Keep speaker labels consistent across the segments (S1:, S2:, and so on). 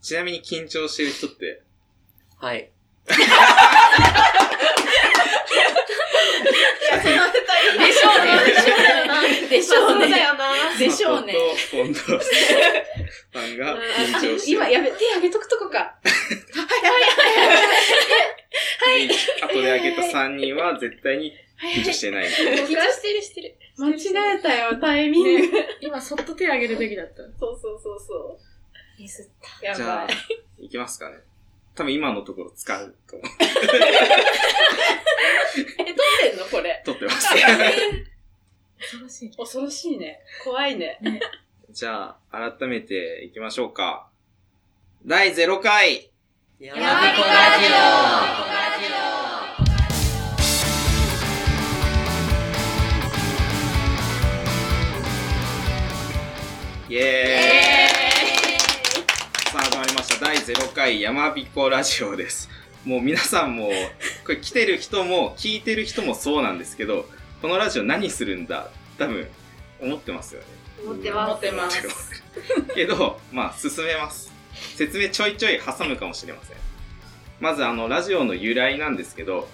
S1: ちなみに緊張してる人って、
S2: はい。
S3: や、その二人
S4: でしょうね。でしょう
S3: そうだ
S4: ね。
S3: よな。
S4: でしょうね。
S1: 誠と本田さんが緊張してる。
S4: 今やべ、手あげとくとこか。
S1: で後で挙げた3人は絶対に緊張してない。
S4: 緊張してるしてる。
S3: 間違えたよ、タイミング。
S5: 今、そっと手あげるべきだった。
S3: そうそうそうそ
S4: ミスった。
S3: う。や
S1: じゃ
S3: ば
S1: あ
S3: い。、
S1: いきますかね。多分今のところ使うと思う。
S3: え、撮ってんのこれ。
S1: 撮ってます。
S5: 恐ろしい。
S3: 恐ろしいね。怖いね。
S1: じゃあ、改めていきましょうか。第0回
S2: や
S4: まびこ
S2: ラ
S1: イエーイさあ、始まりました。第0回やまびこラジオです。もう皆さんも、これ来てる人も、聞いてる人もそうなんですけど、このラジオ何するんだ多分、思ってますよね。
S4: 持ってます。
S3: 持ってます。
S1: けど、まあ、進めます。説明ちょいちょい挟むかもしれません。まず、あの、ラジオの由来なんですけど、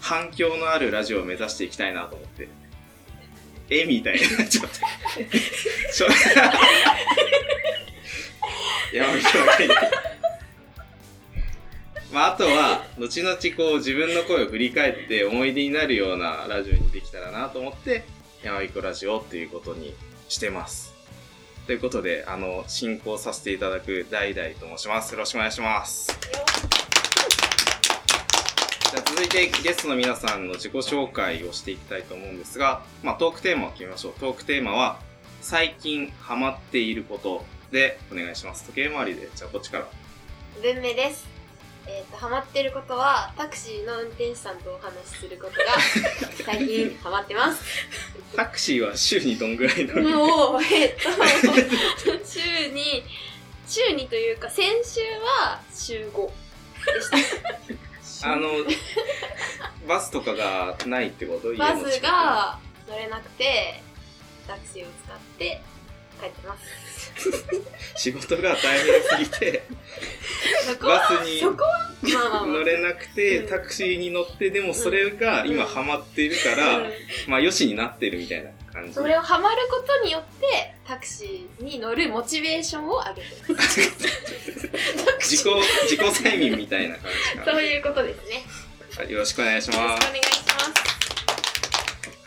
S1: 反響のあるラジオを目指していきたいなと思って。えみたいになっちゃ って。ちょ、山口わかんないまあ、あとは、後々こう自分の声を振り返って思い出になるようなラジオにできたらなと思って、山彦ラジオっていうことにしてます。ということで、あの、進行させていただくダイダイと申します。よろしくお願いします。じゃあ続いてゲストの皆さんの自己紹介をしていきたいと思うんですが、まあ、トークテーマを決めましょう。トークテーマは、最近ハマっていることでお願いします。時計回りで、じゃあこっちから。
S6: 文明です。えっ、と、ハマってることは、タクシーの運転手さんとお話しすることが、最近ハマってます。
S1: タクシーは週にどんぐらい乗る
S6: もう、えっ、と、 週に、週にというか、先週は週5でした。
S1: あの、バスとかがないってこと
S6: バス、が乗れなくて、タクシーを使って帰ってます。
S1: 家の近く仕事が大変すぎて、
S6: そこ
S1: バ
S6: は、
S1: スに
S6: そこは、まあまあまあ
S1: 乗。れなくて、
S6: うん
S1: タクシーに乗って、でもそれが今ハマってるか
S6: う
S1: ら、
S6: ん
S1: まあ、よしになってるみたいな感じ。
S6: それをハマることによって、タクシーに乗るモチベーションを上げてます。
S1: 自己、自己催眠みたいな感じかな
S6: そういうことですね。
S1: はい。よろしくお願いし
S6: よろ
S1: ま
S6: しくお願いします。
S1: す。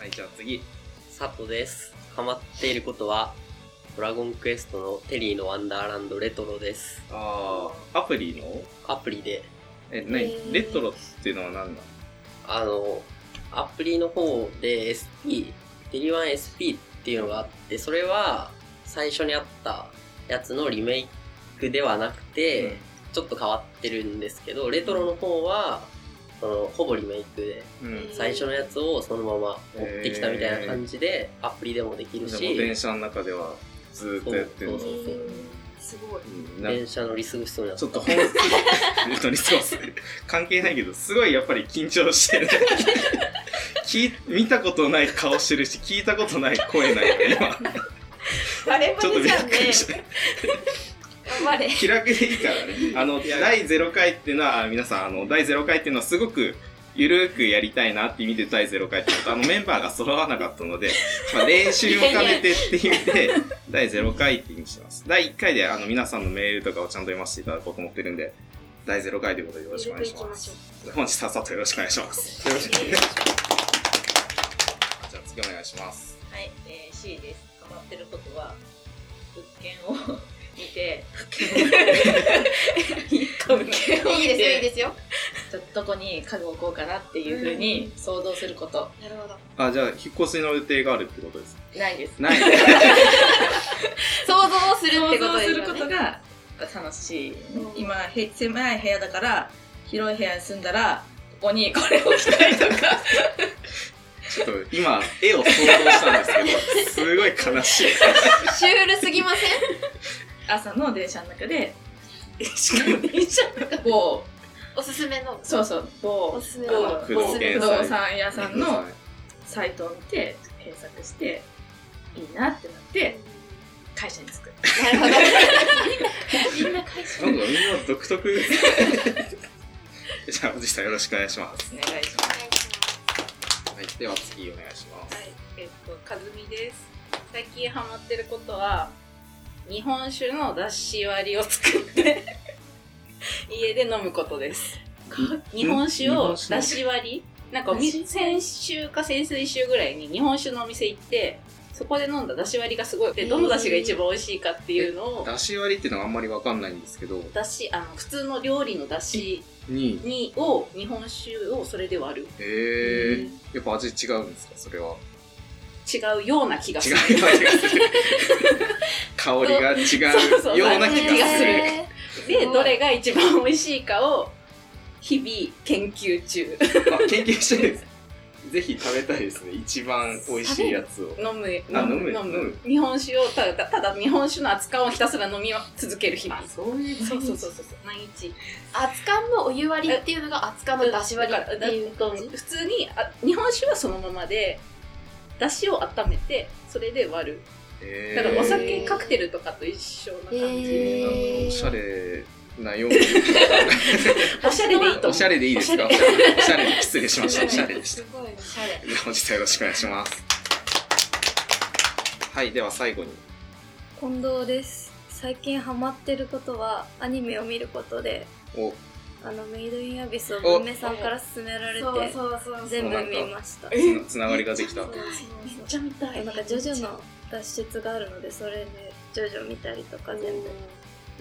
S1: はい、じゃあ次。
S2: サトです。ハマっていることは、ドラゴンクエストのテリーのワンダーランドレトロです。
S1: あー、アプリの
S2: アプリで、
S1: え、な
S6: えー
S1: レトロっていうのは何なの
S2: あの、アプリの方で SP、テリワン SP っていうのがあって、それは最初にあったやつのリメイクではなくて、ちょっと変わってるんですけど、レトロの方は、そのほぼリメイクで、
S1: うん。
S2: 最初のやつをそのまま持ってきたみたいな感じで、アプリでもできる
S1: じゃあもう電
S2: し、
S1: 車の中ではずーっとやってるの。
S2: そうそうそう
S6: すごい。
S1: うんな
S2: 電車乗り過ごしそうにな
S1: ち
S2: た
S1: ょっと 本質乗り過ごす関係ないけどすごいやっぱり緊張してる 聞い見たことない顔してるし聞いたことない声なんやね今
S3: バレバ
S1: ちょっと
S3: レ
S1: び
S3: じゃ
S1: っ
S3: ん
S1: くり
S3: ね。
S1: した
S6: 頑張れ。
S1: 気楽でいいからね あの第0回っていうのはあ皆さんあの第0回っていうのはすごくゆるくやりたいなって意味で第0回っていうのとあのメンバーが揃わなかったので、まあ、練習を兼ねてっていう意味で第0回って意味にしてます第1回であの皆さんのメールとかをちゃんと読ませていただこうと思ってるんで第0回ということでよろしくお願いします
S6: ょう。
S1: 本日さっさとよろしくお願いします。よろしくお願いします。じゃあ次お願いします。
S5: はい、えー、C です。ハマってることは、物件を 見て、 物件を見て
S6: いいですよ、いいですよ。
S5: ちょっとどこに家具を置こうかなっていうふうに想像すること、
S6: なるほど。
S1: あ、じゃあ引っ越しの予定があるってことです。
S5: ないです。
S1: ない。
S6: 想像をするっ
S5: 想
S6: てこと
S5: 像
S6: ですす
S5: る
S6: よ
S5: こと
S6: ね。
S5: が楽しい。
S6: うん
S5: 今、へ狭い部屋だから、広い部屋に住んだら、ここにこれ置き たいとか、
S1: ちょっと今絵を想像したん ですけど、すごい悲しい。
S6: シュールすぎません
S5: 朝の電車の中で、 しかも電車の中某、
S6: おすすめの。
S5: そうそう、
S6: お
S5: 某
S6: すすめ
S5: 某
S6: の。
S1: 不動
S5: 不
S1: 産
S5: 動産屋さんのサイトを見て、検索して、いいなってなって、会社に着く。
S6: なるほど。
S4: みんな会社
S1: 独特。じゃあ、おじさんよろしくお願いします。
S5: お願いします。
S1: はい、では次お願いします。
S3: はい、えっと、かずみです。最近ハマってることは、日本酒のだし割りを作って、 家で飲むことです。日本酒をだし割りなんかお店先週か先々週ぐらいに日本酒のお店行って、そこで飲んだだし割りがすごい。で、どのだしが一番美味しいかっていうのを、
S1: だし割りっていうのはあんまりわかんないんですけど、
S3: だし、あの、普通の料理のだし
S1: に、
S3: にを、日本酒をそれで割る。
S1: へえ、やっぱ味違うんですかそれは。
S3: 違うような気がす
S1: 違
S3: る。
S1: うような気がする。 香りが
S3: そう
S1: 違
S3: そうう
S1: ような気
S3: 気
S1: が
S3: が
S1: す
S3: す
S1: る
S3: る。
S6: え
S3: で、どれが一番美味しいかを、日々研究中。
S1: あ研究してるんです。ぜひ食べたいですね。一番美味しいやつを。
S3: 飲む、飲
S1: あ飲む
S3: む、
S1: 飲
S3: 飲
S1: む
S3: む。日本酒をただ、ただ日本酒の熱燗をひたすら飲み続ける日々。
S1: そういう
S3: そうそうそうそう。毎日。
S6: 熱燗のお湯割りっていうのが熱燗のだし割りっていう感じ
S3: 普通にあ、日本酒はそのままで、だしを温めて、それで割る。
S1: え
S3: だからお酒、カクテルとかと一緒な感
S1: なん
S3: じ。
S1: かおしゃ
S6: へ
S1: れなよう
S3: おしゃれでいいと
S1: お
S3: 思
S1: しゃれでいいですかおしゃれで失礼しました。おしゃれでした。
S6: すごいおしゃれ
S1: では本日はよろしくお願いします。はい、では最後に。
S4: 近藤です。最近ハマってることはアニメを見ることで、
S1: お
S4: あのメイドインアビスを
S1: お
S4: 娘さんから勧められ
S6: そう
S4: て
S6: そうそう
S4: 全部見ました。
S1: つなつながりができた。
S4: そう
S3: う。め
S4: そう
S3: っちゃ見た
S4: そう
S3: い。
S4: なんかジョジョの脱出があるのでそれでジョジョ見たりとか全部。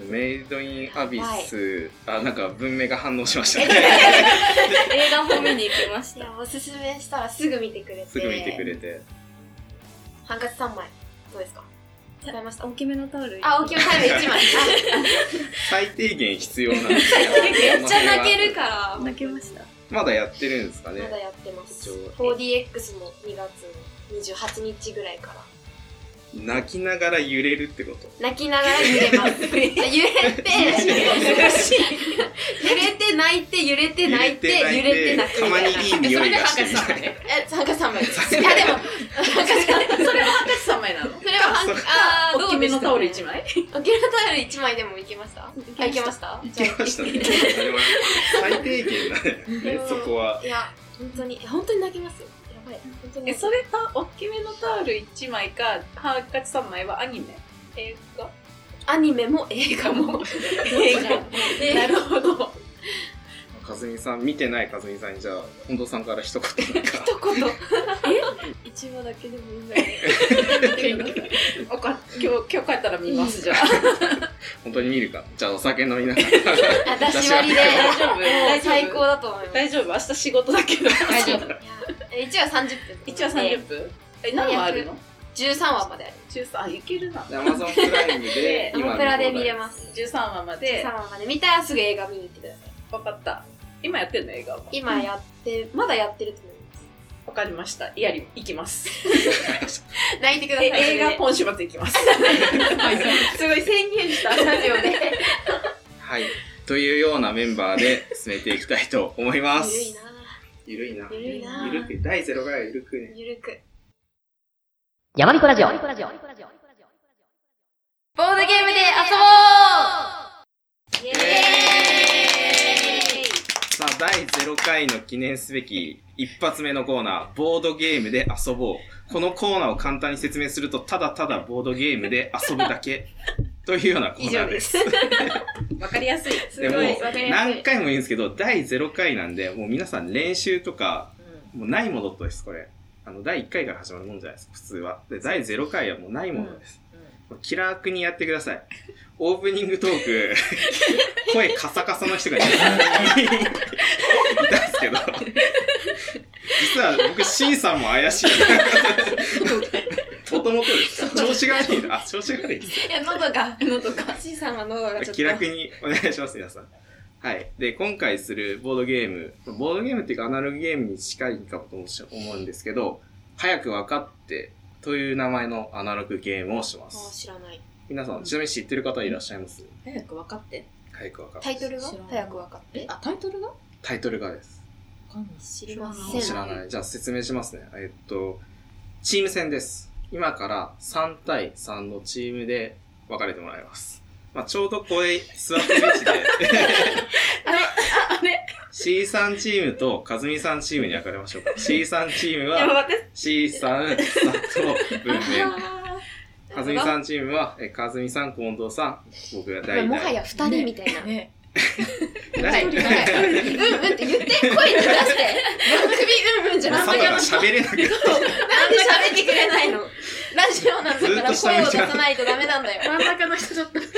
S1: メイドインアビス、あ、なんか文明が反応しましたね。
S4: 映画も見に行きまし
S6: い
S4: た。
S6: やおすすめしたらすぐ見てくれて
S1: すぐ見てくれて。
S6: ハンカチ3枚どうですか使いました
S4: 大きめのタオル。
S6: あ、大きめタイム1枚。
S1: 最低限必要なんですよ。
S6: めっちゃ泣けるから。
S4: 泣けました。
S1: まだやってるんですかね
S6: ま。だやってます
S1: 一応。
S6: 4DX も2月の28日ぐらいから。
S1: 泣きながら揺れるってこと。
S6: 泣きながら揺れます。 揺れて、揺れて泣いて、揺れて泣いて、揺れて泣く
S1: た
S6: み
S1: ま
S6: た
S1: に
S6: いな。
S1: いい匂いがしてみたいな。
S6: え、参加3枚です。いや、でも、参加3枚。
S3: それもハンカチ3枚なの。
S6: それは半、あー、ど
S3: 大
S6: う
S3: きめのタオル
S6: 一
S3: 1枚
S6: 枚。大きめのタオル1枚でもいけましたあ、いけました
S1: いけましたね。 最低限だね。そこは。
S6: いや、本当に、本当に泣きますよ。やばい。本当に
S3: え
S6: 泣きます
S3: それた大きめのタオル1枚かハンカチ3枚はアニメ映画
S6: アニメも映 画も。
S3: 映画なるほど
S1: かずみさん、見てないかずみさんに、じゃあ、近藤さんから一言なんか。
S4: 一話だけでもいいぐらい。
S3: おか今日今日帰ったら見ますじゃあ
S1: 本当に見るか。じゃあ、お酒飲みながら。
S6: あ、出し割りで。
S3: 大丈夫
S6: もう
S3: 大
S6: 最
S3: 丈夫
S6: 高だと思います。
S3: 大丈夫明日仕事だけど
S6: 大丈夫。え一話30分。
S3: 1話30分え何話あるの
S6: 十三話まである。
S3: 13あいけるな
S1: Amazon プライムで。
S3: で、
S6: アマプラで見れますす。
S3: 13話ま
S6: 13
S3: で
S6: 話まで見たらすぐ映画見に行ってください。
S3: 分かった今やってんの映画は
S6: 今やって、まだやってると思います。
S3: 分かりましたやり行きます
S6: 泣いてくださ
S3: え
S6: い。
S3: 映画今週末行きますすごい宣言したラジオで
S1: はい。というようなメンバーで進めていきたいと思いま
S6: ゆるい
S1: す
S6: な。
S1: ゆるいな
S6: ゆるいな
S1: ゆるく、第0回はゆるくね。
S6: ゆるく。
S7: やまびこラジオ。
S6: ボードゲームで遊ぼうイエーイ
S1: さあ、第0回の記念すべき一発目のコーナー、ボードゲームで遊ぼう。このコーナーを簡単に説明すると、ただただボードゲームで遊ぶだけ。というようなコーナーです。
S3: わかりやすい
S1: でもう何回も言うんですけど、第0回なんで、もう皆さん練習とか、もうないものとです、これ。あの、第1回から始まるもんじゃないですか、普通は。で、第0回はもうないものです。もう気楽にやってください。オープニングトー ク、声カサカサの人がいたんですけど、実は僕、C さんも怪 しい。もともとです。調子が悪いな。あ、調子が悪いです。
S6: いや、喉が、喉が。C さんは喉がちょっと。
S1: 気楽にお願いします、皆さん。はい。で、今回するボードゲーム、ボードゲームっていうかアナログゲームに近いかと思うんですけど、早く分かってという名前のアナログゲームをしま
S6: もう
S1: す。
S6: 知らない。
S1: 皆さん、ちなみに知ってる方いらっしゃいます
S5: 早く分かって。
S1: 早く分かっ
S6: タ
S1: て。
S6: イトルは
S5: 知らない
S6: 早く分かって。
S5: あ、タイトルがわ
S1: タイトルがです。
S5: かんない。
S6: 知りません。
S1: 知らない。じゃあ説明しますね。えっと、チーム戦です。今から3対3のチームで分かれてもらいます。まあ、ちょうどこれ、座ってる位 置で、
S3: あれ
S1: C さんチームと和美さんチームに分かれましょうか。C さんチーム
S3: いや
S1: は、
S3: 私
S1: C さん、佐藤、文 明。
S3: あ
S1: 和美さんチームは、え和美さん、近藤さん、僕が第
S6: もは
S1: 第
S6: や二人みたいな。うん
S5: ね
S1: 第
S6: うんって言って声に出して。首うんうんじゃな
S1: もう
S6: く
S1: 佐藤が
S6: て。なん
S1: 喋
S6: で
S1: れなくて、
S6: 喋ってくれないのラジオなんだから声を出さないとダメなんだよ。
S3: 真ん中の人ちょっと
S6: 首を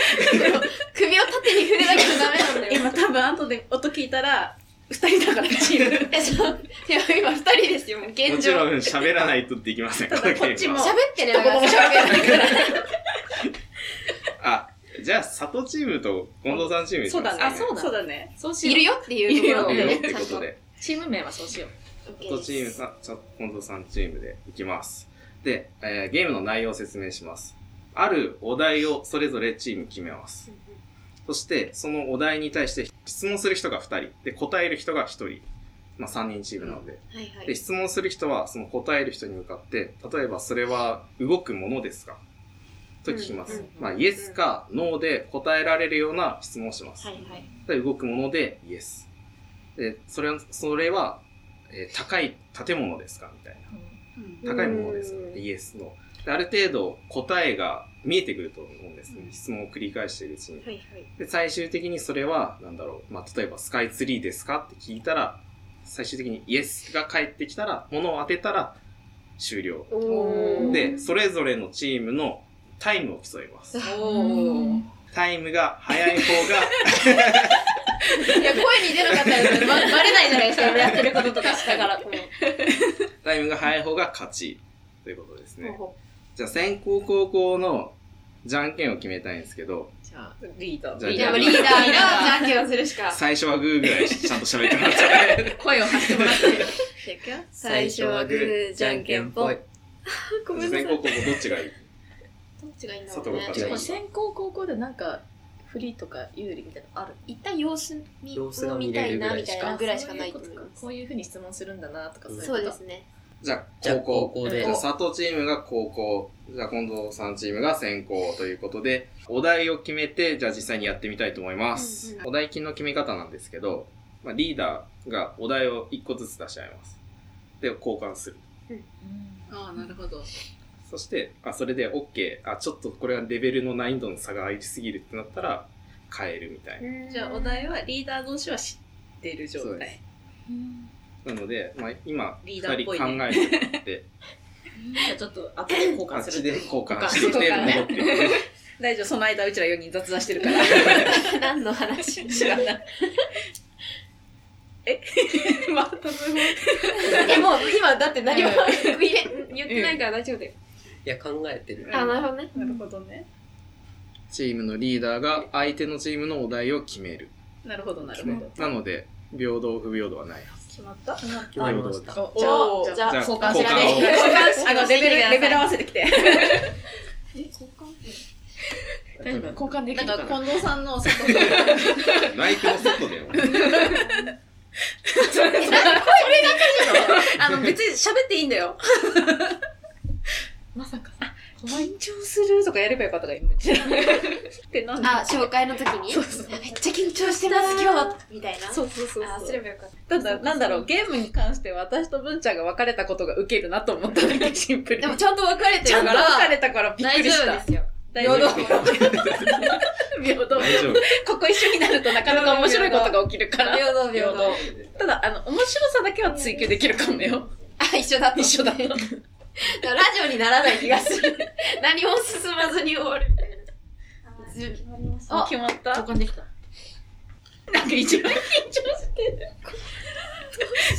S6: 縦に振るだけじゃダメなんだよ。
S3: 今多分後で音聞いたら二人だからチーム
S6: え、そう。いや、今二人ですよ、もう現
S1: もち
S6: 状。
S1: ろん
S6: 喋
S1: 喋らないとできません、
S3: ただ
S1: このゲームは
S3: こっちも
S6: ってね、だから喋れないから。
S1: あ、じゃあ、佐藤チームと近藤さんチー ムにします
S5: あそうだ
S3: そうだね
S5: そうしよう
S6: いるよっていうところを
S1: いるよっ
S6: ね
S1: てことで。
S5: チーム名はそうしよう
S1: 佐藤チームさん、ちょ近藤さんチームでいきます。で、えーゲームの内容を説明します。あるお題をそれぞれチーム決めます。そして、そのお題に対して質問する人が2人、で、答える人が1人、まあ3人チームなので。
S6: はいは
S1: で、
S6: い。
S1: 質問する人はその答える人に向かって、例えばそれは動くものですかと聞きます。
S6: うんうん
S1: まあ、イエスかノーで答えられるような質問をします。
S6: はいはい。
S1: で動くものでイエス。で、それは、それは、えー高い建物ですかみたいな。高いものですか
S6: うん
S1: イエスの。で、ある程度答えが見えてくると思うんですね。
S6: うん
S1: 質問を繰り返しているうちに。
S6: はいはい。
S1: で、最終的にそれは、なんだろう。まあ、例えばスカイツリーですかって聞いたら、最終的にイエスが返ってきたら、ものを当てたら終了。
S6: お
S5: ー
S1: で、それぞれのチームのタイムを競い ます。
S5: お
S1: タイムが早い方が、
S6: いや、声に出なかったらばバレないじゃないですか、やってることとかした から。こう
S1: タイムが早い方が勝ちということですね。じゃあ先攻後攻のじゃんけんを決めたいんですけど、
S2: じゃあ、
S5: リーダー
S1: じゃあ
S6: いや、もうリーダーがじゃんけんをするしか。
S1: 最初はグーぐらいちゃんと喋ってもらって。
S5: 声を発してもらって
S3: じゃあいくよ
S4: 最初はグー、じゃんけんぽん。 ごめんな
S1: 先
S4: さ
S1: 攻
S4: い。
S1: 後攻どっちがいい
S6: どっちがいいんだ
S1: 佐
S6: ろう
S1: 藤が勝
S6: ね。
S1: ちがいい。
S5: 先行高校でなんかフリーとか有利みたいなのある
S6: 一旦様子見
S2: 様子が見れるぐらいしか
S6: あぐらいしかないと思います
S5: こういうふうに質問するんだなとか
S6: そうですすね。
S1: じゃ
S2: じ
S1: あ
S2: ゃ
S1: 後
S2: あ
S1: 攻
S2: 後。攻で
S1: じゃあ佐藤チームが後攻。じゃあ近藤さんチームが先行ということで、お題を決めて、じゃあ実際にやってみたいと思います。
S6: うん
S1: お題金の決め方なんですけど、まあ、リーダーがお題を1個ずつ出し合います。で、交換する。
S3: ああなるほど
S1: そして、あ、それで OK、あ、ちょっとこれはレベルの難易度の差がありすぎるってなったら、変えるみたい
S3: じゃあお題はリーダー同士は知ってる状
S1: そうで
S3: 態
S1: な。なので、まあ、今、二
S3: リー
S1: 人
S3: ダーっ
S1: 考
S3: ぽい
S1: え
S3: ね
S1: てもら って、
S5: じゃあちょっと後で交
S1: あ
S5: 換
S1: っ
S5: す
S1: ち
S5: る
S1: で 交換してき
S3: 交
S1: て、
S3: 換
S1: 戻ってくる。
S3: 大丈夫その間うちら4人雑談してるから
S6: 何の話
S3: 知らないえまたすごい
S6: え、もう今だって何も
S5: うん
S6: 言え言ってないから大丈夫だよ。
S2: いや、考えてる。
S6: あ、なるほどね。
S3: なるほどね
S1: チームのリーダーが相手のチームのお題を決める。
S3: なるほどなるほど
S1: なので、平等、不平等はないはず。
S3: 決まった
S2: 決まりました。
S5: お
S3: じゃあ
S5: お
S3: じ
S5: じ
S3: ゃ
S5: ゃ
S1: じゃあ
S5: あ交換
S1: 交
S5: す
S1: 換
S5: る
S1: を
S5: ね
S3: あのレベルレベル合わせてきて
S5: 交換でき
S3: な
S5: る
S3: ん
S5: か
S3: か
S5: な
S3: 近藤さんの外の
S1: ライフの外でよ。
S3: あの別に喋っていいんだ よ
S5: まさか
S3: 緊張するとかやればよかったから今 ってなんだ
S6: あ、紹介の時に
S3: そうそう
S6: めっちゃ緊張してます、今日みたいな。
S3: そうそうそう
S6: あ、
S3: そう
S6: すればよかっ
S3: た
S6: た。
S3: だ、なんだろう、ゲームに関して私と文ちゃんが別れたことがウケるなと思っただけ、シン プルに。
S6: でも、ちゃんと分かれて
S3: ちゃ
S6: る
S3: んと
S6: から、
S3: 別れたからびっく
S6: 大
S3: り
S6: 丈
S3: し
S6: 夫
S3: た。
S6: ですよ。
S3: 大丈夫。平等。
S1: 大丈夫。
S3: ここ一緒になるとなかなか面白いことが起きるから。
S6: 平等、平等。
S3: ただ、あの、面白さだけは追求できるかもよ。
S6: あ、一緒だった。
S3: 一緒だった
S6: ラジオにならない気がす る。何も進まずに終わるみたいな。あ
S3: 決まったなんか
S5: 交換できた
S3: 一番緊張 してる。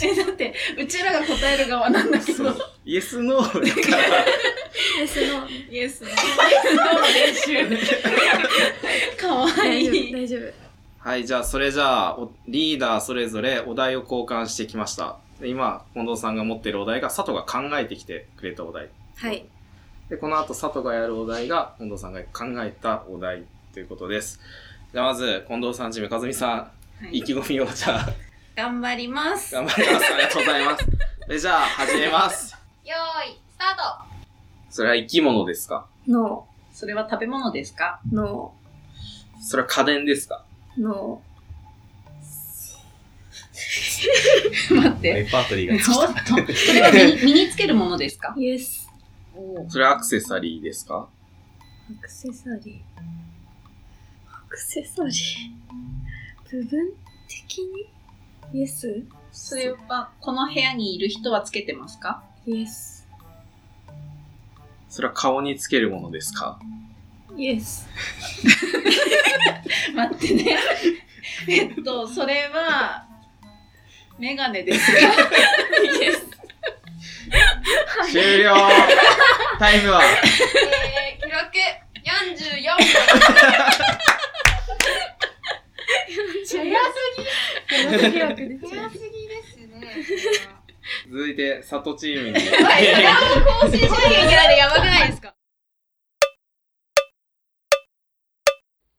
S3: え、だって、うちらが答える側なんだけ
S1: そ
S3: ど
S1: う。。イエス、ノーだから、
S4: その、
S3: イエスの練習。かわ
S4: 大
S3: い
S4: 丈夫、
S3: い。
S4: 大丈夫。
S1: はい、じゃあ、それじゃあ、おリーダーそれぞれお題を交換してきました。で今、近藤さんが持っているお題が、佐藤が考えてきてくれたお題。
S4: はい。
S1: で、この後、佐藤がやるお題が、近藤さんが考えたお題ということです。じゃあ、まず、近藤さんチーム、和美さん、意気込みを、じゃあ、
S3: 頑張ります。
S1: 頑張ります。ありがとうございます。で、じゃあ、始めます。
S6: よーい、スタート
S1: それは生き物ですか
S4: の、
S5: それは食べ物ですか
S4: の、
S1: それは家電ですか
S4: の
S8: 待って。
S9: レパートリーが
S8: ちょっと、それは身 に身につけるものですか
S4: イエス
S1: それはアクセサリーですか
S4: アクセサリーアクセサリー部分的にイエス
S8: それは、この部屋にいる人はつけてますか
S4: イエス
S1: それは顔につけるものですか
S4: イエス
S8: 待ってね。えっと、それは、メガネです。
S1: 終了タイムは
S6: えー、記録44分。
S4: 早すぎで
S6: 早すぎですね。
S1: 続いて、佐藤チームに。
S8: 更 新しなきゃいけないのやばくないですか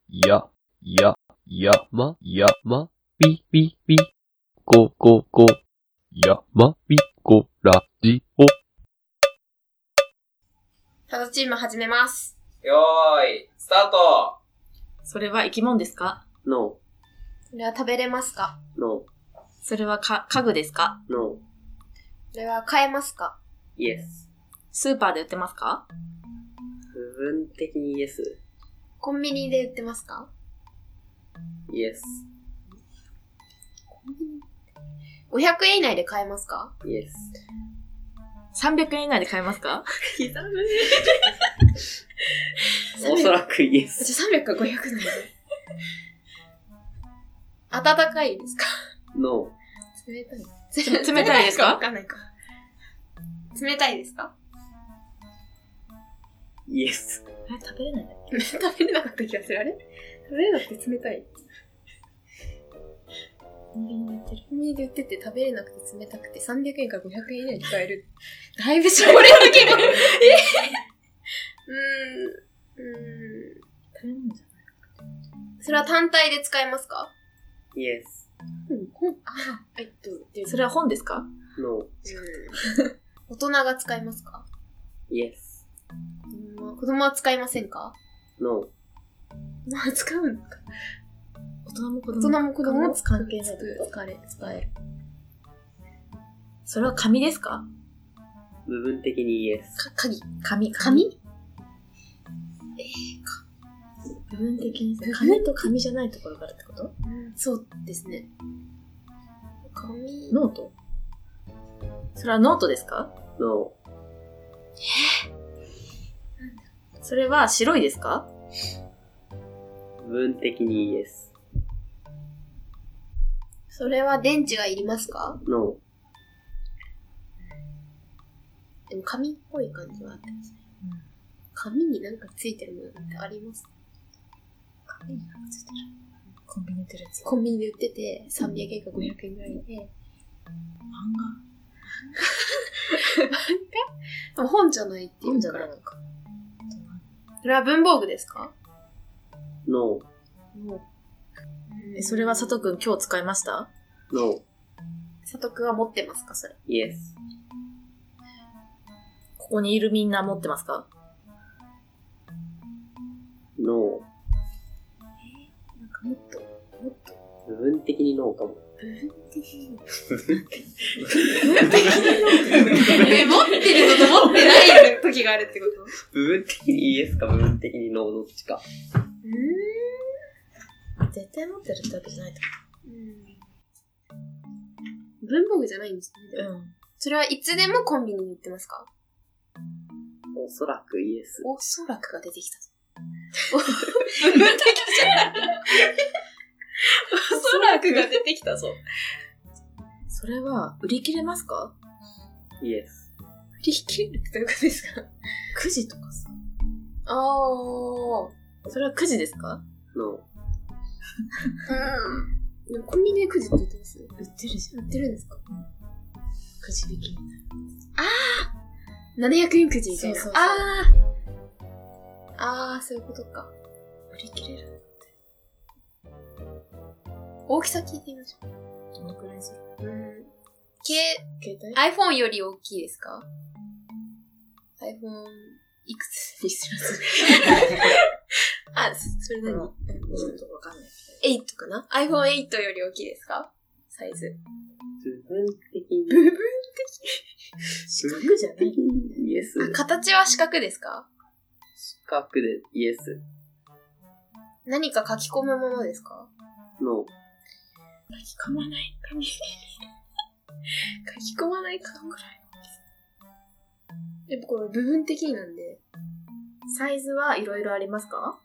S10: や、や、や、ま、や、ま、び、び、び、こ、こ、こ、や、ま、び、こ、ラジオ。
S6: タドチーム始めます。
S1: よーい、スタート
S5: それは生き物ですか
S2: No,
S6: これは食べれますか
S2: no,
S5: それはか家具ですか
S2: no,
S6: これは買えますか
S2: yes.
S5: スーパーで売ってますか
S2: 部分的に yes,
S6: コンビニで売ってますか
S2: yes,
S6: 500円以内で買えますか
S2: yes.
S5: 300円以内で買えますか
S2: おそらく yes.
S6: じゃあ300か500なんで。暖かいですか
S2: No,
S6: 冷たい。
S5: つ冷たいですか
S6: わかんないか。冷たいですか
S2: yes.
S5: 食べれない
S6: 食べれなかった気がする。あれ食べれなくて冷たい。コンビニで売ってる。コンビニで売ってて食べれなくて冷たくて300円から500円以内で買える。だいぶ絞れるけど。えうーん。う
S5: 食べ物じ
S6: ーん。それは単体で使えますか
S2: Yes.
S6: うん。ああ、えっと、
S5: ゃそれは本ですか
S2: No.
S6: うん大人が使いますか
S2: Yes.
S6: 子供は子供は使いませんか
S2: No.
S6: まあ、使うんですか
S5: 大人も子
S6: 大
S5: 供
S6: 人も子供も使う。
S5: 関係ない
S6: 使える。使える。
S5: それは紙ですか
S2: 部分的に yes.
S6: か、鍵。
S5: 紙
S6: 紙
S5: 部分的に紙と紙じゃないところからってこと
S6: そうですね。紙。
S5: ノートそれはノートですか
S2: No.
S5: それは白いですか
S2: 部分的に yes.
S6: それは電池がいりますか
S2: No.
S6: でも紙っぽい感じはあってますね。紙になんかついてるものってあります
S5: 紙になんかついてるコンビニで売ってるやつ
S6: コンビニで売ってて300円か500円ぐらいで。漫画漫画でも本じゃないっていうからなんか。それは文房具ですか
S2: No.
S5: えそれは佐藤くん今日使いました
S2: No.
S6: 佐藤くんは持ってますかそれ。
S2: Yes.
S5: ここにいるみんな持ってますか
S2: No.
S6: なんかもっと、もっと。
S2: 部分的に no かも。
S5: え、持ってるのと持ってない
S6: 時があるってこと
S2: 部分的に yes か部分的に no どっちか。
S5: 絶対持ってるってわけじゃないと
S6: うん文房具じゃないんですね。
S5: 思う。うん。
S6: それはいつでもコンビニに売ってますか
S2: おそらく yes.
S6: おそらくが出てきた。
S5: おそらくが出てきたぞ。それは、売り切れますか
S2: Yes.
S6: 売り切れるってどういうことですか
S5: ?9 時とかさ。
S6: ああ。
S5: それは9時ですか
S2: No.
S6: うん。でもコンビニでくじって言ってます
S5: 売ってるじゃん。
S6: 売ってるんですか
S5: 9時引きみたい
S6: ?700 円くじみたいな。
S5: そうそうそう
S6: ああ。ああ、そういうことか。
S5: な。売り切れる
S6: 大きさ聞いてみましょ
S5: どのくらいする
S6: う。うん。け
S5: 携帯
S6: iPhone より大きいですか ?iPhone いくつにしますあ、そそれ
S5: こ
S6: 何
S5: の、うんちょっとわかんない。
S6: ?8 かな ?iPhone8 より大きいですかサイズ。
S2: 部分的に。
S6: 四角じゃない
S2: イエス。
S6: あ、形は四角ですか
S2: 四角でイエス
S6: 何か書き込むものですか
S2: の、
S6: 書き込まない紙。書き込まない紙ぐらい。やっぱこれ部分的になんで、サイズはいろいろありますか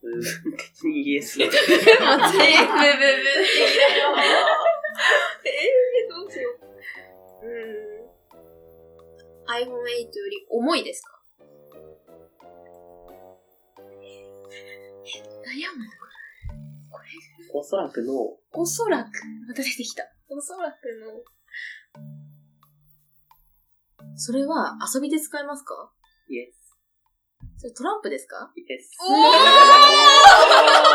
S2: 部分的にイエス。
S6: 全部部分的だよ。えー、どうしよう。うーん。iPhone8 より重いですか悩む。
S2: おそらくの、
S6: おそらく。また出てきた。おそらくの。それは遊びで使えますか
S2: イエス。
S6: それトランプですか
S2: イエス。
S6: な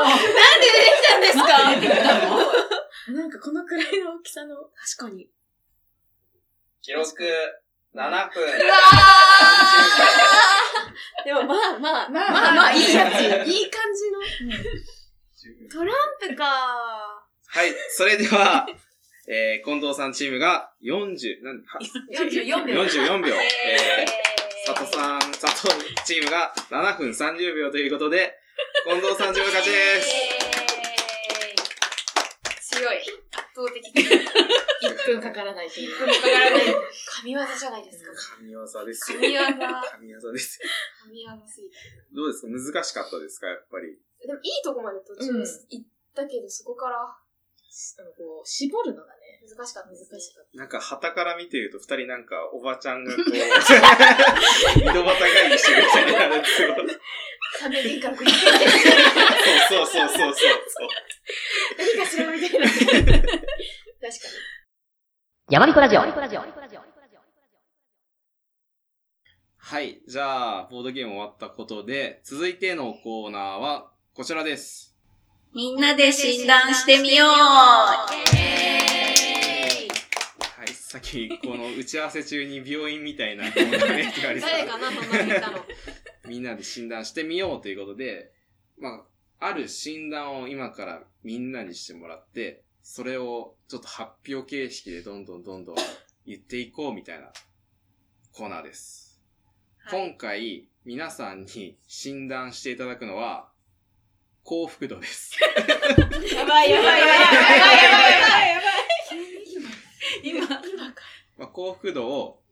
S6: んで出てきたんですかなんかこのくらいの大きさの、確かに。
S1: 記録7分。
S6: でもまあまあ、まあまあ、いいやつ。いい感じの。トランプか
S1: はい、それでは、えー、近藤さんチームが40、なんは
S5: 44
S1: 44秒。えー
S6: ー
S1: 佐藤さん、佐藤チームが7分30秒ということで、近藤さんチーム勝ちです。
S6: 強い。圧倒的に。
S5: 1分かからないという。
S6: 神業じゃないですか。
S1: 神業ですよ。
S6: 神業。神業
S1: 神業ですよ。
S6: すぎて。
S1: どうですか難しかったですかやっぱり。
S6: でもいいとこまで途中
S5: うん
S6: 行ったけど、そこから
S5: あのこう、絞るのがね、
S6: 難しかった。難
S5: 難し
S6: し
S5: かっ
S1: なんか、旗から見てると、二人なんか、おばちゃんがこう、井戸端会議してるみたいになるんですよ。
S6: た。壁でかく
S1: そうそうそうそうそう。
S6: 何かしらみたいな。確かに。
S7: やまびこラジオ。
S1: はい。じゃあ、ボードゲーム終わったことで、続いてのコーナーは、こちらです。
S3: みんなで診断してみよう
S1: はい。さっき、この打ち合わせ中に病院みたいなコーナーねって言われてた
S6: 誰かな、そんなの言ったの。
S1: みんなで診断してみようということで、まあ、ある診断を今からみんなにしてもらって、それをちょっと発表形式でどんどんどんどん言っていこうみたいなコーナーです。今回、皆さんに診断していただくのは、幸福度です。
S8: やばいやばいやばいやばいやばいやばい。今、今
S1: まあ、幸福度を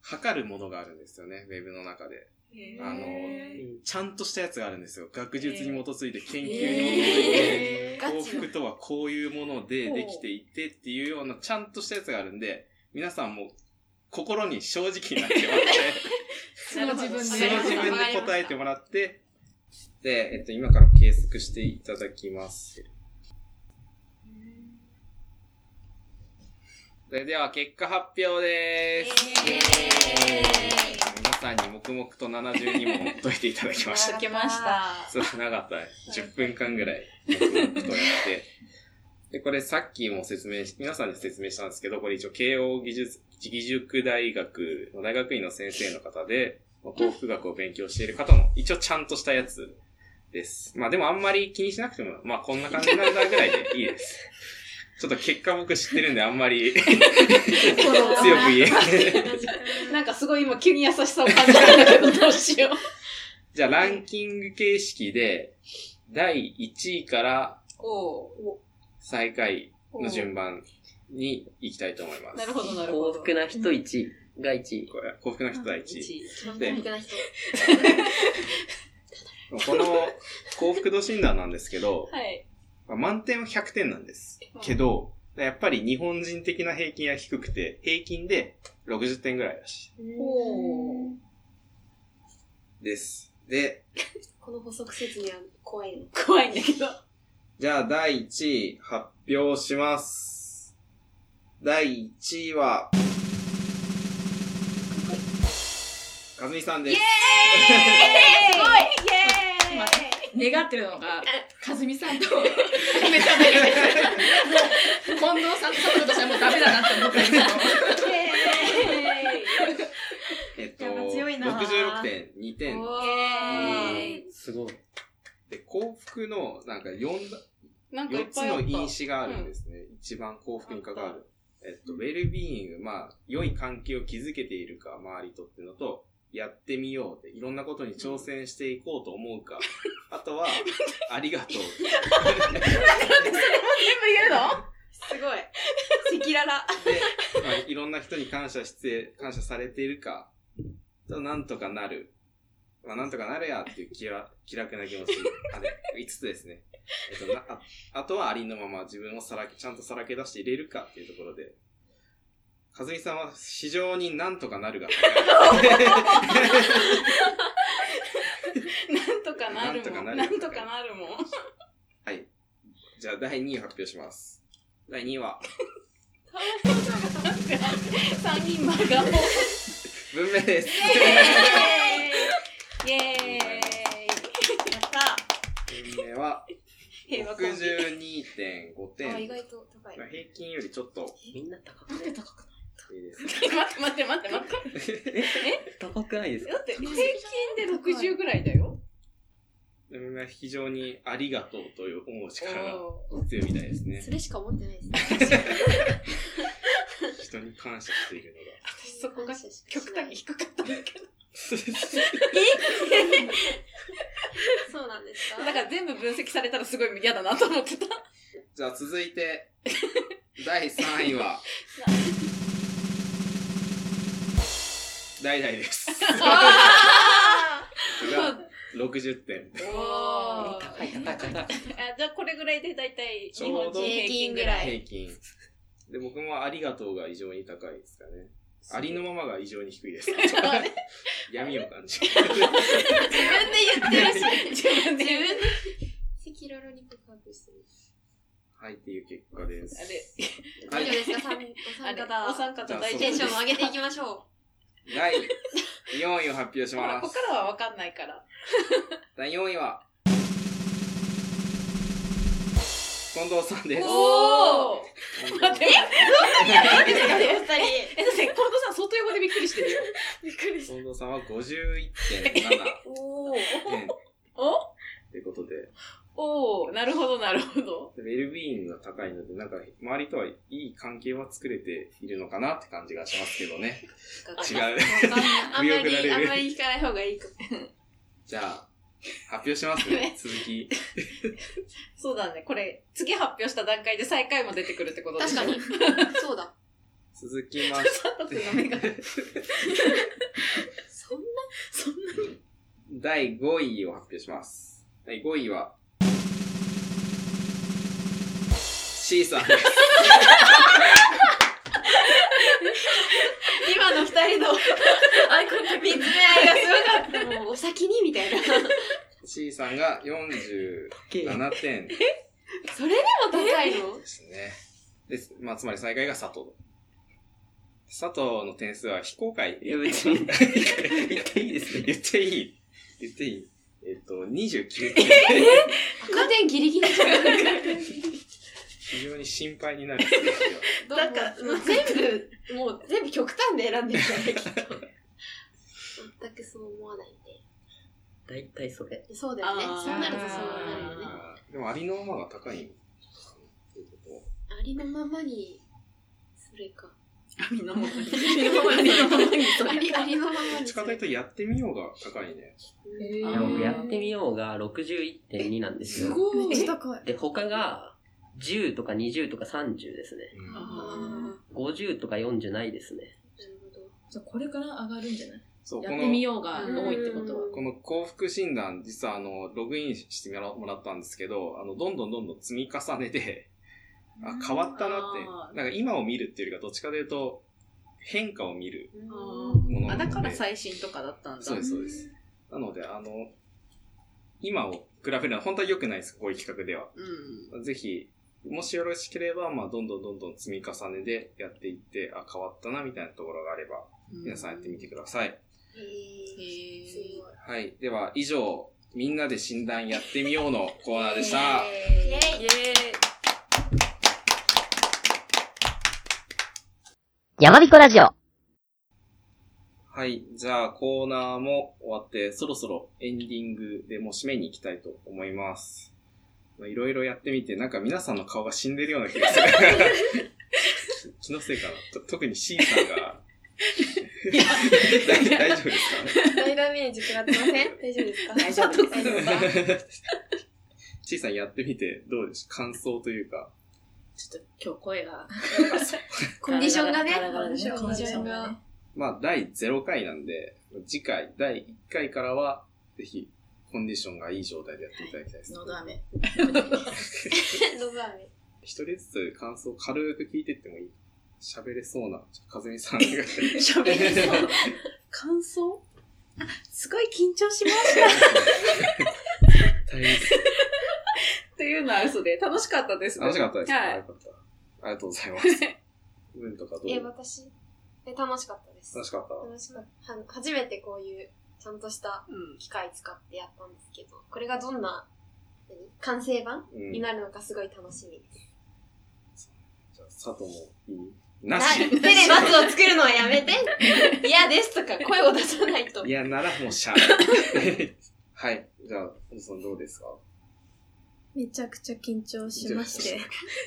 S1: 測るものがあるんですよね、ウェブの中で。あの、ちゃんとしたやつがあるんですよ。学術に基づいて、研究に基づいて。
S6: ガ
S1: 幸
S6: チの
S1: 福。とはこういうものでできていてっていうようなちゃんとしたやつがあるんで、皆さんも心に正直になってもらっ
S8: その自分
S1: て、
S8: で。
S1: その自分で答えてもらって、で、えっと、今から計測していただきます。それでは結果発表です。皆さんに黙々と72問解いていただきました。
S8: 解けました。
S1: そう、なかった。10分間ぐらい、黙々とやって。で、これさっきも説明し、皆さんに説明したんですけど、これ一応慶応義塾義塾大学の大学院の先生の方で、まあ幸福学を勉強している方の、一応ちゃんとしたやつです。まあでもあんまり気にしなくても、まあこんな感じなんだぐらいでいいです。 ちょっと結果僕知ってるんであんまり強く言えない。
S8: なんかすごい今急に優しさを感じたんだけど、どうしよう。
S1: じゃあランキング形式で、第1位から最下位の順番に行きたいと思います。
S8: なるほど、なるほど。
S2: 幸福な人1位が1位。
S1: これ幸福な人第一位。で
S6: みたいな人。
S1: この幸福度診断なんですけど、
S8: はい。
S1: まあ満点は100点なんです。けど、やっぱり日本人的な平均は低くて、平均で60点ぐらいだし。
S8: おー
S1: です。で、
S6: この補足説には怖いの。
S8: 怖いんだけど。
S1: じゃあ第1位発表します。第1位は、かずみさんです。
S8: すごいイエ
S5: まあ願ってるのが、かずみさんと、
S8: めちゃめちゃ
S5: 近藤さんと佐藤としてはもうダメだなって思ったんです
S1: え
S5: けど。
S1: っと、
S8: やっぱ強いなぁ
S1: 66.2点。
S8: おー
S1: すごい。福の、なんか4だ、
S3: なんかいっ
S1: 4つ
S3: ぱいあ
S1: の
S3: った。
S1: 因子があるんですね。一番幸福に関わる。えっと、ウェルビーイング、まあ、良い関係を築けているか、周りとってのと、やってみようって、いろんなことに挑戦していこうと思 うか、あとは、ありがとう。で、
S3: すごい。赤裸々。
S1: まあ、いろんな人に感謝して、感謝されているか、となんとかなる。まあ、なんとかなるやっていう気ら気楽な気持ち。あれ、5つですね。えっと、なああとはありのまま自分をさらけ、ちゃんとさらけ出して入れるかっていうところで、かずみさんは非常になんとかなる が高い。
S3: なんとかなるもん。
S1: な
S3: なんん
S1: と
S3: と
S1: か
S3: かなるもん。
S1: はい。じゃあ、第2位発表します。第2位は、
S3: 三人バカも。
S1: 文明です。
S3: イエーイ。やった。
S1: 文明は、
S3: 平和コンビ
S1: 62.5点。
S6: 意外と高い。
S1: まあ平均よりちょっと
S2: みんな高くな
S1: い
S2: い
S1: いですね。
S3: 待って待って待って待って。
S2: 高くないです
S3: だって平均で六十ぐらいだよ。
S1: うん非常にありがとうと思う力が
S3: お
S1: 強いみたいですね
S6: そ。れしか思ってないですね。
S1: 人に感謝しているのが。
S3: 私そこが極端に低かったんだけど。
S6: そうなんですか
S3: だから全部分析されたらすごい嫌だなと思ってた。
S1: じゃあ続いて、第3位は、代々です。 が60点。
S3: おー
S2: 高い高い高い
S3: あじゃあこれぐらいで大体
S1: ち
S3: 日
S1: ょ
S3: 本
S1: うど
S3: 人平均ぐらい。
S1: 平均。で、僕もありがとうが異常に高いですかね。ありのままが異常に低い です。闇を感じる。
S3: 自分で言ってるし、自分で言う。
S6: 赤裸々に告白してる。
S1: はい、っていう結果です。
S3: あ
S1: は
S6: 大丈夫
S1: い。
S6: ですか三お
S3: れ、
S6: 三
S3: あれ、お
S6: 方。
S3: 三方大
S6: テン
S3: 丈
S6: シ
S3: 夫。
S6: ョンを上げていきましょ
S1: 第4位を発表し
S3: ほら、
S1: ま
S3: ここ
S1: す
S3: か。らはわかんないから。
S1: 第4位は、近藤さんです。
S3: おー待って、
S5: お二人
S3: え、だって、近藤さん、外横でびっくりしてるよ。びっくりし
S1: 近藤さんは51.7点。
S6: う。おお。
S3: お
S1: ということで、
S3: おー、なるほど、なるほど。
S1: ウェルビーイングが高いので、なんか、周りとはいい関係は作れているのかなって感じがしますけど ね。違う。
S6: あんまり、あんまり引かない方がいいかも。
S1: じゃあ、発表しますね、続き。
S3: そうだね、これ、次発表した段階で最下位も出てくるってことで
S6: 確
S3: しょ
S6: かに。そうだ。
S1: 続きまして、
S3: 佐藤君の目が。
S6: そんな
S1: 第5位を発表します。第5位は、C さん です。
S6: 今の二人のアイコンタクト見つめ合いがすごかった。もうお先にみたいな。
S1: C さんが47点。
S6: それでも高い の
S1: ですね。です。まあ、つまり最下位が佐藤。佐藤の点数は非公開。
S2: いや別 に
S1: 言っていいですね。言っていい。言っていい。えっと、29点。
S6: 赤点ギリギリじゃん。
S1: 非常に心配になるんですよ。
S6: なんか、全部、もう全部極端で選んでるじゃないきっと。全くそう思わないんで。
S2: 大体それ
S6: そうだよね。
S3: あー
S6: そうなるとそうなるよね。
S1: あーでも、ありのままが高いんというこ
S6: ありのままに、それか。
S8: 網のもとに。
S6: ありありのまま
S1: と。どっ
S6: に
S1: ち
S6: そ
S1: かとい
S6: れ
S1: う。と、やってみようが高いね。
S2: いや僕やってみようが61.2なんですよ
S6: ご
S4: めっちゃ高い。
S2: で他が10とか20とか30ですね
S1: うん
S6: あ
S2: 50とか40ないですね
S6: ーなるほど。
S5: じゃあこれから上がるんじゃない
S1: そう、
S5: や
S1: こ
S5: ってみ
S1: の、
S5: ようが多いってことは。
S1: この幸福診断、実はあの、ログインしてもらもらったんですけど、あの、どんどんどんどん積み重ねて、あ、変わったな
S3: あ
S1: って。なんか今を見るっていうよりか、どっちかというと、変化を見るもの
S3: あ、
S1: な
S3: だ
S1: の
S3: から
S1: で。
S3: 最新とかだったんだ。
S1: そうです、そうです。なので、あの、今を比べるのは本当は良くないです、こういう企画では。
S3: うん。
S1: ぜひ、もしよろしければ、まあ、どんどんどんどん積み重ねでやっていって、あ、変わったな、みたいなところがあれば、皆さんやってみてください。
S6: へーすごい
S1: はい。では、以上、みんなで診断やってみようのコーナーでした。
S6: イエーイ
S7: やまびこラジオ。
S1: はい。じゃあ、コーナーも終わって、そろそろエンディングでもう締めに行きたいと思います。まあいろいろやってみて、なんか皆さんの顔が死んでるような気がする。気のせいかな。と特に C さんが。 大大丈夫ですか
S6: 大ダメージ食らってま せん大丈夫ですか
S5: 大丈夫です
S6: 大丈
S1: C さんやってみてどうです感想というか。
S3: ちょっと今日声が。
S6: コンディションがね
S3: ガラガラで
S6: コンディションが
S3: ね
S1: まあ、第0回なんで、次回、第1回からは、ぜひ、コンディションがいい状態でやっていただきたいです。
S3: 喉飴。
S6: ノブアメ
S1: 一人ずつ感想を軽く聞いてってもいい喋れそうな、ちょかずみさんが。喋
S5: 喋りそう。感想あ、すごい緊張しました。
S1: 大変です。
S5: というのは嘘で、楽しかったです ね。
S1: 楽しかったですか、
S5: はい
S1: よかった。ありがとうございます。文とかどう
S6: え、私、え、楽しかったです
S1: 楽。しかった
S6: 楽しかった。は初めてこういう、ちゃんとした
S5: うん
S6: 機械使ってやったんですけど、これがどんな、何完成版
S1: うん。
S6: に
S1: じゃ
S6: なるのかすごい楽しみです。
S1: あ、佐藤もいいな
S6: な
S1: し
S6: テレバツを作るのはやめて嫌ですとか声を出さないと
S1: い。や、ならもうしゃあない。はい。じゃあ、本さんどうですか
S4: めちゃくちゃ緊張しまして、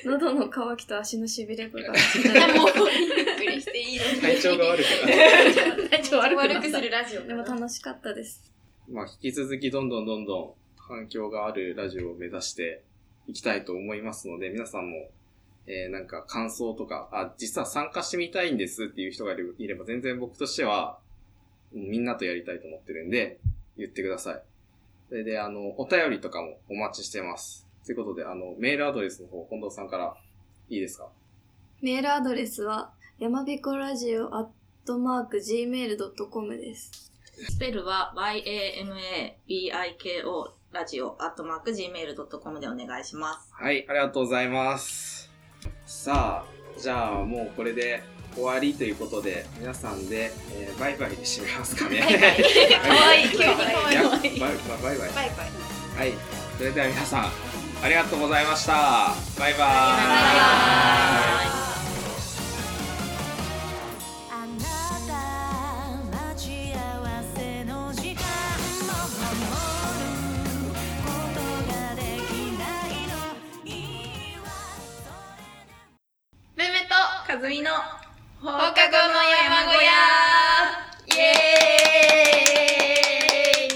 S4: 喉の渇きと足のしびれが。
S6: もう、ゆっくりしていいのに。
S1: 体調が悪くなる。
S6: 体調悪く
S5: 体調悪く
S6: す
S5: す
S6: るラジオ
S4: でも楽しかったです。
S1: まあ、引き続きどんどんどんどん反響があるラジオを目指していきたいと思いますので、皆さんも、えー、なんか感想とか、あ、実は参加してみたいんですっていう人がいれいれば、全然僕としては、うんみんなとやりたいと思ってるんで、言ってください。それで、あの、お便りとかもお待ちしてます。ということで、あの、メールアドレスの方、近藤さんからいいですか
S4: メールアドレスは、やまびこラジオアットマーク gmail.com です。
S3: スペルは YAMABIKO ラジオアットマーク Gmail.com でお願いします。
S1: はい、ありがとうございます。さあ、じゃあもうこれで終わりということで、皆さんで、えーバイバイで締めますかね。
S6: かわいい、急にかわいい。
S1: やバイバイバイバイ。
S6: バイバイ。
S1: はい、それでは皆さん、ありがとうございました。バイバイ。
S11: あなた待ち合わせの時間も守ることができないのいいわそれでも
S3: ムムとかずみの放課後の山
S12: 小
S3: 小屋イエー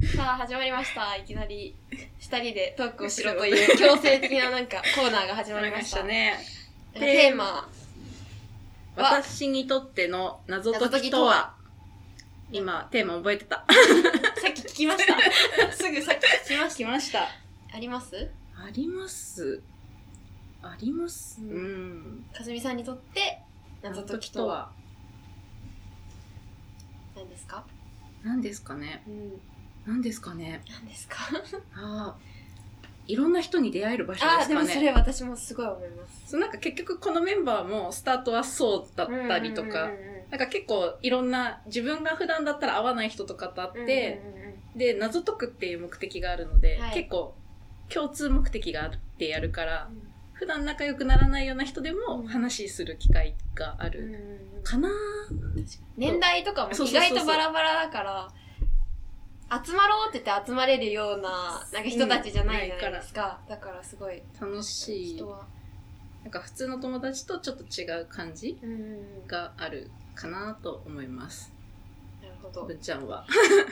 S3: イ
S6: さあ、始まりました。いきなり、二人でトークをしろと いう強制的ななんかコーナーが始まりました。
S5: ね。
S6: テーマ、
S5: 私にとっての謎解きとは今、テーマ覚えてた。
S6: さっき聞きま した。すぐさっき聞きまし
S5: 来ました。
S6: た。あります
S5: あります。あります。うん。
S6: かすみさんにとって、謎解きとは何ですか
S5: 何ですかね
S6: うん。
S5: 何ですかね
S6: 何ですか
S5: ああ。いろんな人に出会える場所
S6: あ
S5: で
S6: あ、
S5: す
S6: で
S5: か
S6: もそ
S5: ね。
S6: れ私もすごい思います。
S5: そうなんか結局このメンバーもスタートはそうだったりとか
S6: うん、うんうんうん
S5: なんか結構いろんな自分が普段だったら会わない人とかと会って、
S6: うんうんうんうん
S5: で謎解くっていう目的があるので、
S6: はい
S5: 結構共通目的があってやるから、
S6: うん
S5: 普段仲良くならないような人で
S6: う
S5: も
S6: ん
S5: 話する機会があ
S6: うん
S5: る
S6: うんうん
S5: かなー、
S6: 年代とかも
S5: そう
S6: 意
S5: そうそう
S6: 外
S5: そう
S6: とバラバラだから、集まろうって言って集まれるような、なんか人たちじゃないじゃないですか。だからすごい、
S5: 楽しい
S6: 人は。
S5: なんか普通の友達とちょっと違う感じ
S6: うんうんうんな
S5: があるかなと思います
S6: るほど
S5: ぶ。っちゃん は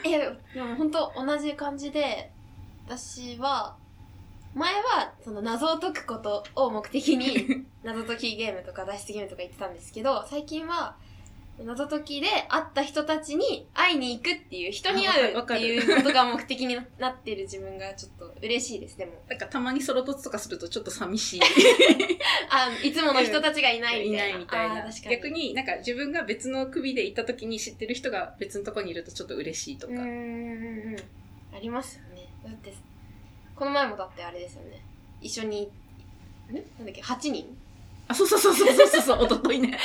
S6: えでも本当同じ感じで私は前はその謎を解くことを目 的に謎解きゲームとか脱出ゲームとか言ってたんですけど最近は謎解きで会った人たちに会いに行くっていう人に会
S5: あ
S6: う
S5: わ
S6: っ
S5: か
S6: て
S5: る
S6: いうことが目的になってる自分がちょっと嬉しいです でも
S5: なんかたまにソロ凸とかするとちょっと寂しい
S6: あいつもの人たちがいない
S5: い
S6: みた
S5: ないい
S6: な
S5: みたいな
S6: あー確かに
S5: 逆になんか自分が別の組で行った時に知ってる人が別のとこにいるとちょっと嬉しいとか、
S6: うーんうんうんありますよねだってこの前もだってあれですよね一緒にんなんだっけ8人
S5: あそうそうそうそうそうそう そうおとといね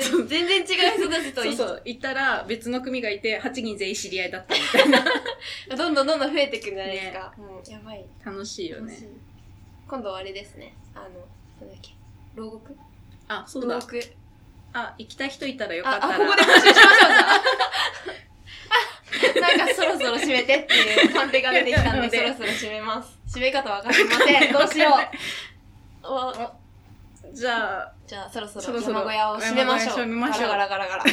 S5: そう
S6: 全然違う人たちと
S5: そう
S6: 一緒
S5: そう行ったら別の組がいて8人全員知り合いだったみたいな
S6: どんどんどんどん増えていくんじゃないですか、もうやばい
S5: 楽しいよ
S6: 楽しい
S5: ね
S6: 今度はあれですねあのなんだっけ牢獄
S5: あそう
S6: 牢
S5: だ
S6: 獄
S5: あ行きたい人いたらよか
S6: あ
S5: った
S6: あ こ
S5: ら
S6: こで募集しましょうじゃああなんかそろそろ締めてっていうカンペが出てきた
S5: な
S6: んで
S5: ので
S6: そろそろ締めます 締め方わかりません。どうしよ う。
S5: じゃあ、
S6: じゃあそろそろ
S5: そろそろ
S6: 山小屋を閉めましょ
S5: 山小屋
S6: う。
S5: 閉めましょう
S6: ガラガラガラガラ。